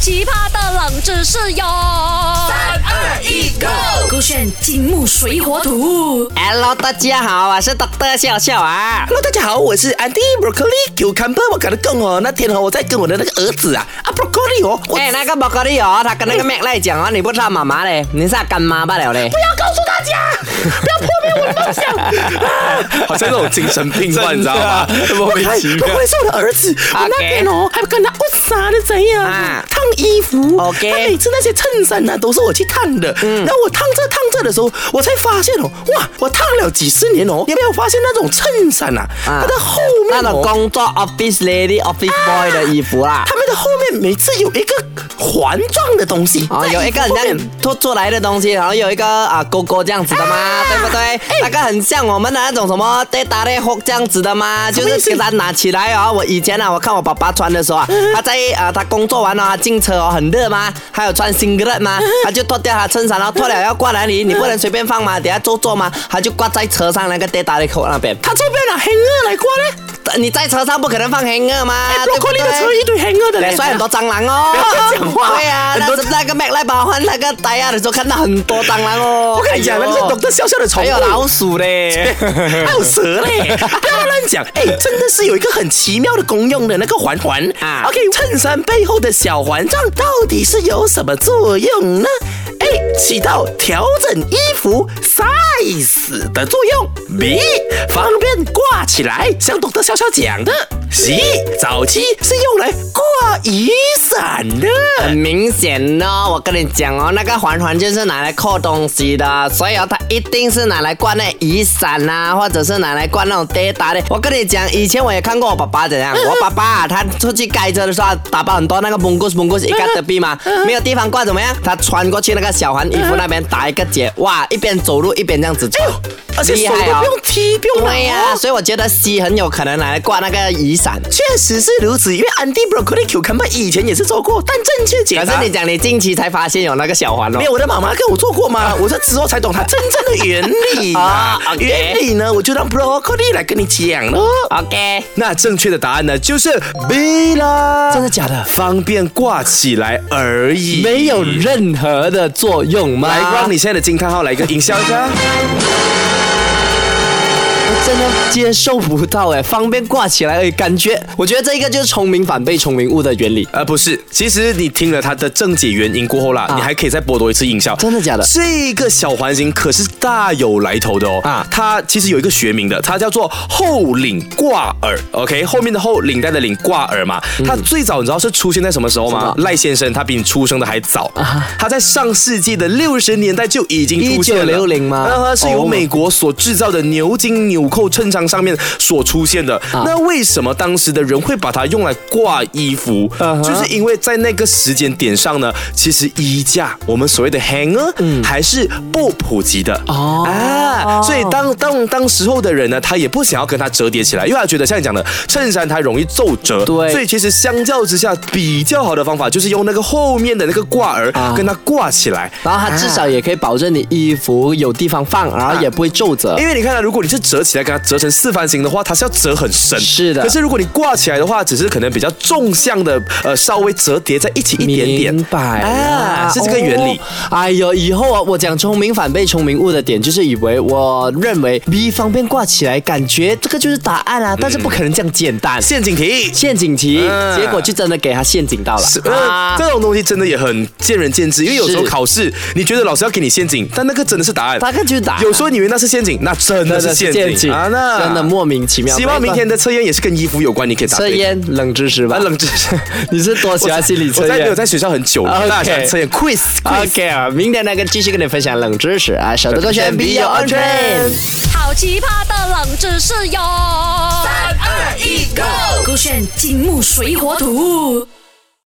奇葩的冷知识哟！三二一，Go！勾选金木水火土。 Hello，大家好，我是 Dr. 笑笑啊。 Hello，大家好，我是 Andy Broccoli Cucumber。我跟他讲哦，那天哦，我在跟我的那个儿子啊，啊 Broccoli 哦，我哎、那个 b r o c 哦，他跟那个 Mac 来讲哦，你不是他妈妈嘞，你是他干妈罢了嘞不。要告诉大家， 不要破灭我的梦想。好像那种精神病患，你知道 吗？莫名哎其不妙。愧是我的儿子，我那天哦还跟他我傻的怎样啊烫衣服 OK 他每次那些衬衫呢、都是我去烫的，嗯然后我烫这烫这的时候，我才发现哦，哇，我烫了几十年哦，也没有发现那种衬衫啊，啊它的后面那种哦，工作 office lady、office boy 的衣服啦它，们的后面每次有一个环状的东西，哦，在有一个衣服很后面像凸出来的东西，然后有一个啊勾勾这样子的嘛，啊对不哎对？那个很像我们的那种什么对打的 hook 这样子的嘛，就么意是思给它拿起来哦。我以前啊，我看我爸爸穿的时候啊，嗯他在啊他工作完了、啊、进车哦，很热嘛，还有穿 singlet 嘛，他就脱掉他衬衫，然后脱了要挂哪里？你不能随便放嘛，等下做做嘛，他就挂在车上那个对打的 hook 那边。他这边拿啊黑鹅来挂呢，你在车上不可能放 hanger 嘛，对不哎 broccoli 啊对？的车一堆黑 鹅的嘞，啊对，所以很多蟑螂哦。不要乱讲话对啊，很那多是那个 Mac 来把换那个呆亚的时候，看到很多蟑螂哦。我跟你讲，哎那呦个是懂得笑笑的宠还有物。老鼠 嘞。还有蛇嘞，不要乱讲。哎、真的是有一个很奇妙的功用的那个环环啊啊。 OK，衬衫背后的小环状到底是有什么作用呢？A 起到调整衣服 size 的作用；B 方便挂起来，像懂得笑笑讲的；C 早期是用来挂雨伞的。很明显呢、哦，我跟你讲哦，那个环环就是拿来扣东西的，所以哦，它一定是拿来挂那雨伞啊，或者是拿来挂那种跌打的。我跟你讲，以前我也看过我爸爸怎 样，我爸爸、啊、他出去开车的时候，他打包很多那个 bungus bungus 一个的币 嘛，嗯没有地方挂怎么样？他穿过去那个小环衣服那边打一个结，哇，一边走路一边这样子哎穿呦，，而且厉手害都哦不。用踢，不用拿对呀、啊所以我觉得 C 很有可能拿来挂那个雨伞。确实是如此，因为 Andy Broccoli Cucumber 以前也是做过，但正确解可是答你讲你近期才发现有那个小环哦没。有我的妈妈跟我做过吗？我这之后才懂它真正的原理啊 啊。，OK 原理呢，我就让 Broccoli 来跟你讲喽。 OK。那正确的答案呢，就是 B 啦。真的假的？方便挂起来而已，没有任何的作用吗？来，让你现在的惊叹号来一个音效一下。 我真的接受不到哎，方便挂起来而已，感觉我觉得这一个就是聪明反被聪明误的原理。呃，不是，其实你听了它的正解原因过后啦，你还可以再播多一次音效。啊真的假的这个小环形可是大有来头的哦。啊它其实有一个学名的，它叫做后领挂耳。OK，后面的后领带的领挂耳嘛，它最早你知道是出现在什么时候吗？嗯什么啊赖先生他比你出生的还早，他在上世纪的六十年代就已经出现了。 1960吗呃，是由哦美国所制造的牛津纽扣衬衫上面所出现的。啊那为什么当时的人会把它用来挂衣服？啊就是因为在那个时间点上呢，其实衣架我们所谓的 hanger、还是不普及的嗯哦啊，所以当当当时候的人呢，他也不想要跟它折叠起来，因为他觉得像你讲的衬衫它容易皱褶，对所以其实相较之下，比较好的方法就是用那个后面的那个挂耳啊跟它挂起来。然后它至少也可以保证你衣服有地方放，然后也不会皱褶。因为你看啊，如果你是折起来给它折成四方形的话，它是要折很深。是的可是如果你挂起来的话，只是可能比较纵向的，呃，稍微折叠在一起一点点。明白啊是这个原理哦哎呦，以后啊，我讲聪明反被聪明误的点，就是以为我认为 B 方便挂起来，感觉这个就是答案啊，但是不可能这样简单。陷阱题。陷阱题，嗯结果就真的给他陷阱到了。是啊呃，这种东西真的也很见仁见智，因为有时候是考试，你觉得老师要给你陷阱，但那个真的是答案。大概就是答案有时候你以为那是陷阱，那真的是陷阱啊！那真的莫名其妙。希望明天的测验也是跟衣服有关，你可以答测对。验冷知识吧。啊，冷知识。 你是多喜欢心理测我在没有验在学校很久了， OK 大家喜欢测验 quiz quiz。 ？OK 啊，明天那个继续跟你分享冷知识啊，手的勾选 B 有 on trend。好奇葩的冷知识哟！三二一，Go！勾选金木水火土。